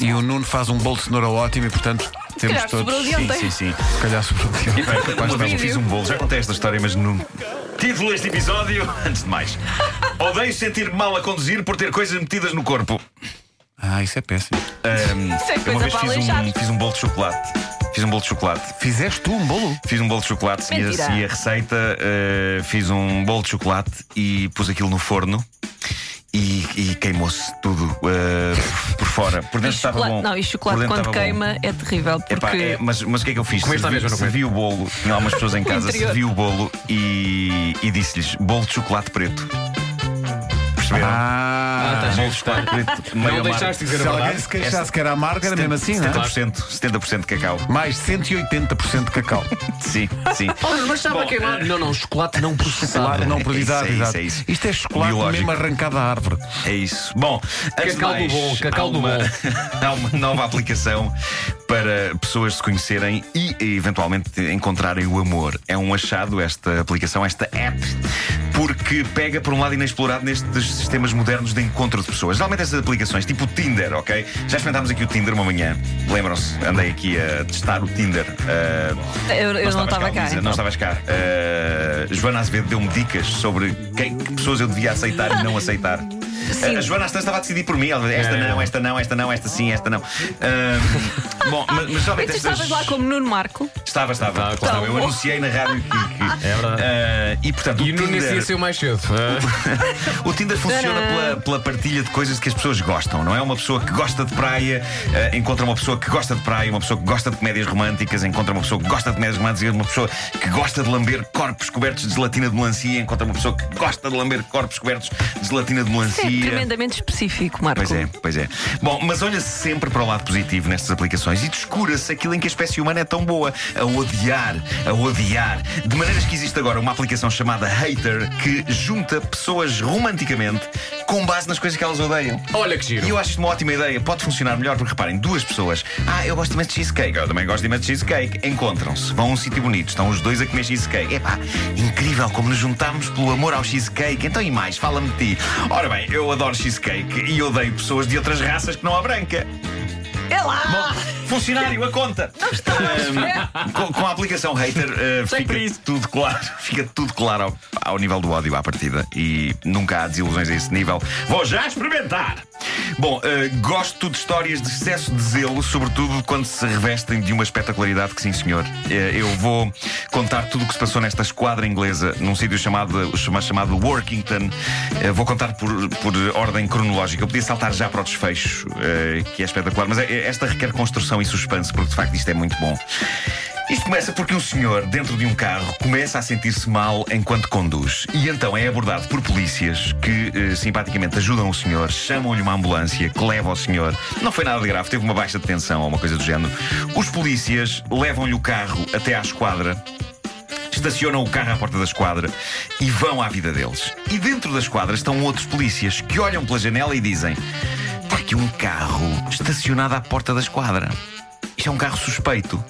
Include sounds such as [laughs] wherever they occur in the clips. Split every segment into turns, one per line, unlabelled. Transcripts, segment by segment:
E o Nuno faz um bolo de cenoura ótimo e, portanto, temos
calhar
todos.
sobrou de ontem.
Sim, sim.
Se calhar sobrou de ontem.
Uma vez
vídeo.
fiz um bolo, já contei esta história, mas não. Título deste episódio, [laughs] antes de mais. Odeio sentir mal a conduzir por ter coisas metidas no corpo.
Ah, isso é péssimo.
Ahm,
Isso é
eu
coisa
uma vez
para
fiz um,
aleijar.
fiz um bolo de chocolate. Fiz um bolo de chocolate.
Fizeste tu um bolo?
Fiz um bolo de chocolate, segui a,
Mentira.
segui a receita, eh, fiz um bolo de chocolate e pus aquilo no forno e, e queimou-se tudo eh, por fora. Por
E
dentro estava
chocolate,
bom.
não, e
Por
chocolate
dentro
quando
estava bom.
queima é terrível. Porque.
Epá, é, mas, mas o que é que eu fiz?
Comeste à
Servi-
mesma, não comeste?
servi o bolo, tinha algumas pessoas em casa,
interior.
servi o bolo e, e disse-lhes bolo de chocolate preto. Perceberam?
Ah,
tá
bolo
giro,
de chocolate preto, meio
Não
amargo.
deixaste dizer a
se alguém
verdade.
se queixasse que era amarga, era mesmo assim, não é?
70%, 70% de é cacau.
Mais 180% de [laughs] cacau.
Sim, sim.
Oh, mas estava
Bom,
queimado. Não, não, chocolate não
Lá,
processado.
não
é
improvisado,
isso, é
exato.
isso, é isso.
Isto é chocolate
Biológico.
mesmo arrancado à árvore.
É isso. Bom, antes de
Cacau do
mais,
bom, cacau
há
do
uma,
bom.
[laughs] há uma nova aplicação para pessoas se conhecerem e eventualmente encontrarem o amor. É um achado esta aplicação, esta app, porque pega por um lado inexplorado nestes sistemas modernos de encontro de pessoas. Geralmente essas aplicações, tipo o Tinder, ok? Já experimentámos aqui o Tinder uma manhã. Lembram-se? Andei aqui a testar o Tinder. ah,
Eu, eu não estava cá. então.
Luísa, não estavas cá. Uh, Joana Azevedo deu-me dicas sobre quem, que pessoas eu devia aceitar e não aceitar.
Sim.
Uh, a Joana Astan estava a decidir por mim. Ela,
É,
esta não, esta não, esta não, esta sim, esta não. Uh, bom, mas, mas
E
realmente
tu
estas-
estavas lá como Nuno Marco?
Estava, estava.
Estava, Tá, claro.
Estava. Eu anunciei na rádio que. que-
É verdade.
Uh, e portanto,
E
o
o Nuno
Tinder-
ia ser o mais cedo.
o Tinder funciona
Tcharam!
pela, pela partilha de coisas que as pessoas gostam, não é? Uma pessoa que gosta de praia eh, encontra uma pessoa que gosta de praia, uma pessoa que gosta de comédias românticas encontra uma pessoa que gosta de comédias românticas, uma pessoa que gosta de lamber corpos cobertos de gelatina de melancia encontra uma pessoa que gosta de lamber corpos cobertos de gelatina de
Isso é
melancia.
tremendamente específico, Marco.
Pois é, pois é. Bom, mas olha-se sempre para o lado positivo nestas aplicações e descura-se aquilo em que a espécie humana é tão boa, a odiar, a odiar. De maneiras que existe agora uma aplicação chamada Hater que junta pessoas romanticamente com base nas coisas que elas odeiam.
[laughs] Olha que
E
giro.
eu acho isto uma ótima ideia. Pode funcionar melhor porque reparem, duas pessoas. Ah, eu gosto imenso de cheesecake. Eu também gosto imenso de cheesecake. Encontram-se, vão a um sítio bonito, estão os dois a comer cheesecake. Epá, incrível como nos juntámos pelo amor ao cheesecake. Então e mais, fala-me de ti. Ora bem, eu adoro cheesecake e odeio pessoas de outras raças que não a branca.
É lá! É,
Funcionário, a conta! Ahm, com, com a aplicação hater eh, fica tudo claro, [laughs] fica tudo claro ao, ao nível do ódio à partida e nunca há desilusões a esse nível. Vou já experimentar! Bom, eh, gosto de histórias de excesso de zelo, sobretudo quando se revestem de uma espetacularidade que sim, senhor. Eh, eu vou contar tudo o que se passou nesta esquadra inglesa num sítio chamado, chama- chamado Workington. Eh, vou contar por, por ordem cronológica. Eu podia saltar já para o desfecho, eh, que é espetacular, mas eh, esta requer construção e suspense, porque de facto isto é muito bom. Isto começa porque um senhor, dentro de um carro, começa a sentir-se mal enquanto conduz. E então é abordado por polícias que eh, simpaticamente ajudam o senhor, chamam-lhe uma ambulância que leva o senhor. Não foi nada de grave, teve uma baixa de tensão ou uma coisa do género. Os polícias levam-lhe o carro até à esquadra estacionam o carro à porta da esquadra e vão à vida deles. E dentro da esquadra estão outros polícias que olham pela janela e dizem: Está aqui um carro estacionado à porta da esquadra. Isto é um carro suspeito.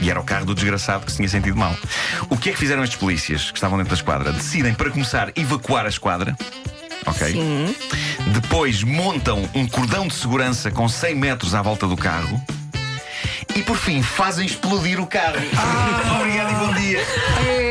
E era o carro do desgraçado que se tinha sentido mal. O que é que fizeram estes polícias que estavam dentro da esquadra? Decidem, para começar, evacuar a esquadra. Ok? Depois montam um cordão de segurança com 100 metros à volta do carro. E por fim fazem explodir o carro. [laughs] Obrigado e bom dia.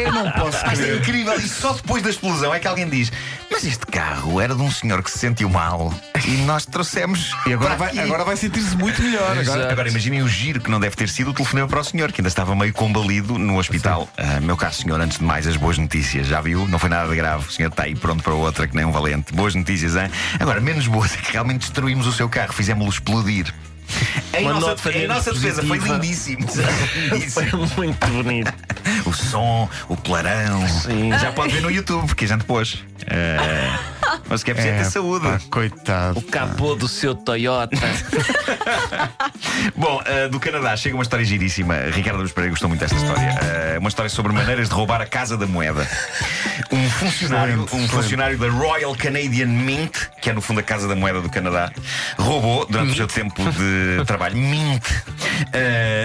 Ah. Não posso
Mas é
crer.
incrível, e só depois da explosão é que alguém diz: Mas este carro era de um senhor que se sentiu mal e nós trouxemos.
E agora
para
vai,
aqui."
agora vai sentir-se muito melhor. Agora,
Agora imaginem o giro que não deve ter sido o telefonema para o senhor, que ainda estava meio combalido no hospital. Ah, meu caro senhor, antes de mais, as boas notícias, já viu? Não foi nada de grave. O senhor está aí pronto para outra, que nem um valente. Boas notícias, hein? Agora, menos boas é que realmente destruímos o seu carro, fizemos-lo
[laughs]
explodir. Em
Uma
nossa,
nota
em nossa defesa foi
positiva.
lindíssimo.
Foi [laughs]
lindíssimo.
muito bonito.
O som, o clarão.
Sim.
Já pode ver no YouTube, que a gente pôs. É...
[laughs]
Mas que é preciso ter saúde.
pá, coitado.
O capô do seu Toyota.
Bom, eh, do Canadá chega uma história giríssima. Ricardo Luz Pereira gostou muito desta história. Eh, uma história sobre maneiras de roubar a casa da moeda. Um funcionário, um funcionário da Royal Canadian Mint, que
[laughs]
é no fundo a casa da moeda do Canadá, roubou durante o seu tempo de trabalho. Mint.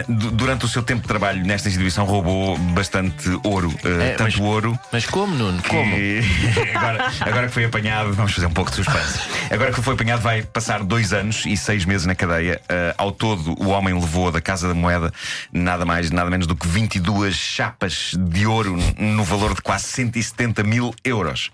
Uh, du- durante o seu tempo de trabalho nesta instituição, roubou bastante ouro. Uh,
É,
tanto
mas-
ouro
Mas como, Nuno? Como?
que [laughs] agora, agora que foi apanhado, vamos fazer um pouco de suspense. Agora que foi apanhado, vai passar dois anos e seis meses na cadeia. Ah, ao todo, o homem levou da Casa da Moeda nada mais, nada menos do que 22 chapas de ouro no valor de quase 170 mil euros.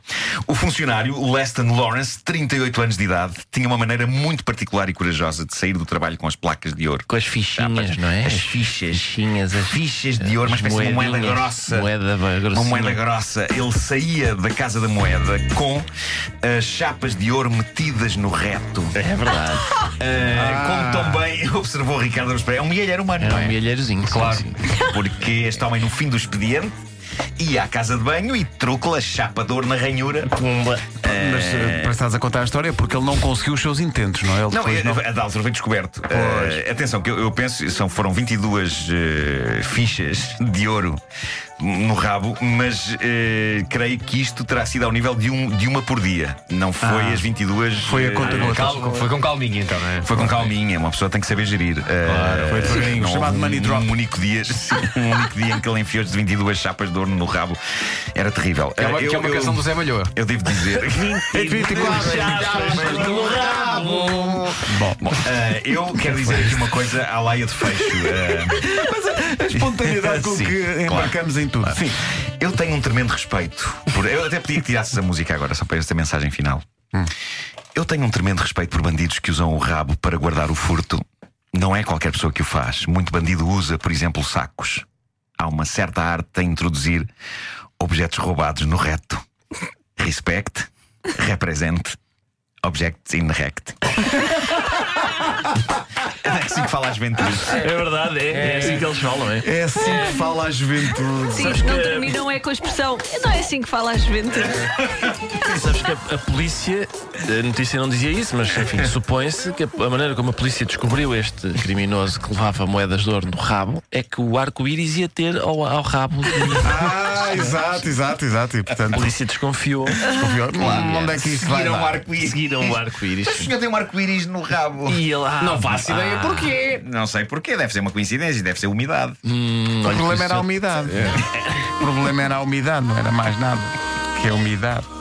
O funcionário, o Leston Lawrence, 38 anos de idade, tinha uma maneira muito particular e corajosa de sair do trabalho com as placas de ouro.
Com as fichinhas,
Chapas.
não é?
Ah, As fichas.
Fichinhas, as
Fichas de ouro, uma
as
espécie de moeda
moedinhas.
grossa.
Moeda grossa.
Uma moeda grossa. Ele saía da casa da moeda com as chapas de ouro metidas no reto. [laughs]
É verdade.
Ah, Como também [laughs] observou Ricardo Araújo Pereira. É um milheiro humano,
Era
não é?
um milheirozinho. sim,
Claro.
sim.
Porque este homem, no fim do expediente, ia à casa de banho e trocou a chapa de ouro na ranhura.
Pumba.
é.
Mas eh, parece que estás a contar a história é porque ele não conseguiu os seus intentos, não é? Ele
Não,
depois
eu, a da altura foi descoberto. Eh, atenção, que eu, eu penso, são, foram 22 eh, fichas de ouro no rabo, mas eh, creio que isto terá sido ao nível de, um, de uma por dia. Não foi as 22.
Foi a
eh,
conta gotas.
Calma, foi com calminha então, não é?
foi com calminha, uma pessoa tem que saber gerir. Claro,
foi devagarinho, chamado money drop.
Um único dia, [laughs] sim, um único dia em que ele enfiou as 22 chapas de ouro no rabo. Era terrível.
Que é uma,
Eh,
que é
eu-
uma
eu-
canção do Zé Malhoa.
eu devo dizer. É
24
Bom, eh, eu quero dizer aqui uma coisa à laia de fecho. eh,
A espontaneidade com
[laughs] Sim,
que
claro.
embarcamos em tudo. Sim.
Eu tenho um tremendo respeito. Por... Eu até podia que tirasses a música agora, só para esta mensagem final.
Hum.
Eu tenho um tremendo respeito por bandidos que usam o rabo para guardar o furto. Não é qualquer pessoa que o faz. Muito bandido usa, por exemplo, sacos. Há uma certa arte em introduzir objetos roubados no reto. Respect, represente, objects in rect. é assim que fala às venturas.
É verdade, é, é assim que eles falam, é?
É assim que fala a juventude.
Sim, não terminam é com a expressão. Não é assim que fala a juventude.
Sabes que a, a polícia, a notícia não dizia isso, mas
É.
enfim, supõe-se que a, a maneira como a polícia descobriu este criminoso que levava moedas de ouro no rabo é que o arco-íris ia ter ao, ao rabo. A
Ah, exato, exato, exato. E portanto,
[laughs]
polícia desconfiou.
desconfiou. Hum, Onde é que isso vai?
Seguiram o
dar? um
arco-íris.
Seguiram o arco-íris.
Mas o senhor tem um arco-íris no rabo.
E ele, ah,
Não faço ideia porquê.
Não sei porquê, deve ser uma coincidência, deve ser umidade.
O problema era a umidade. O problema era a umidade, não era mais nada. Que é umidade.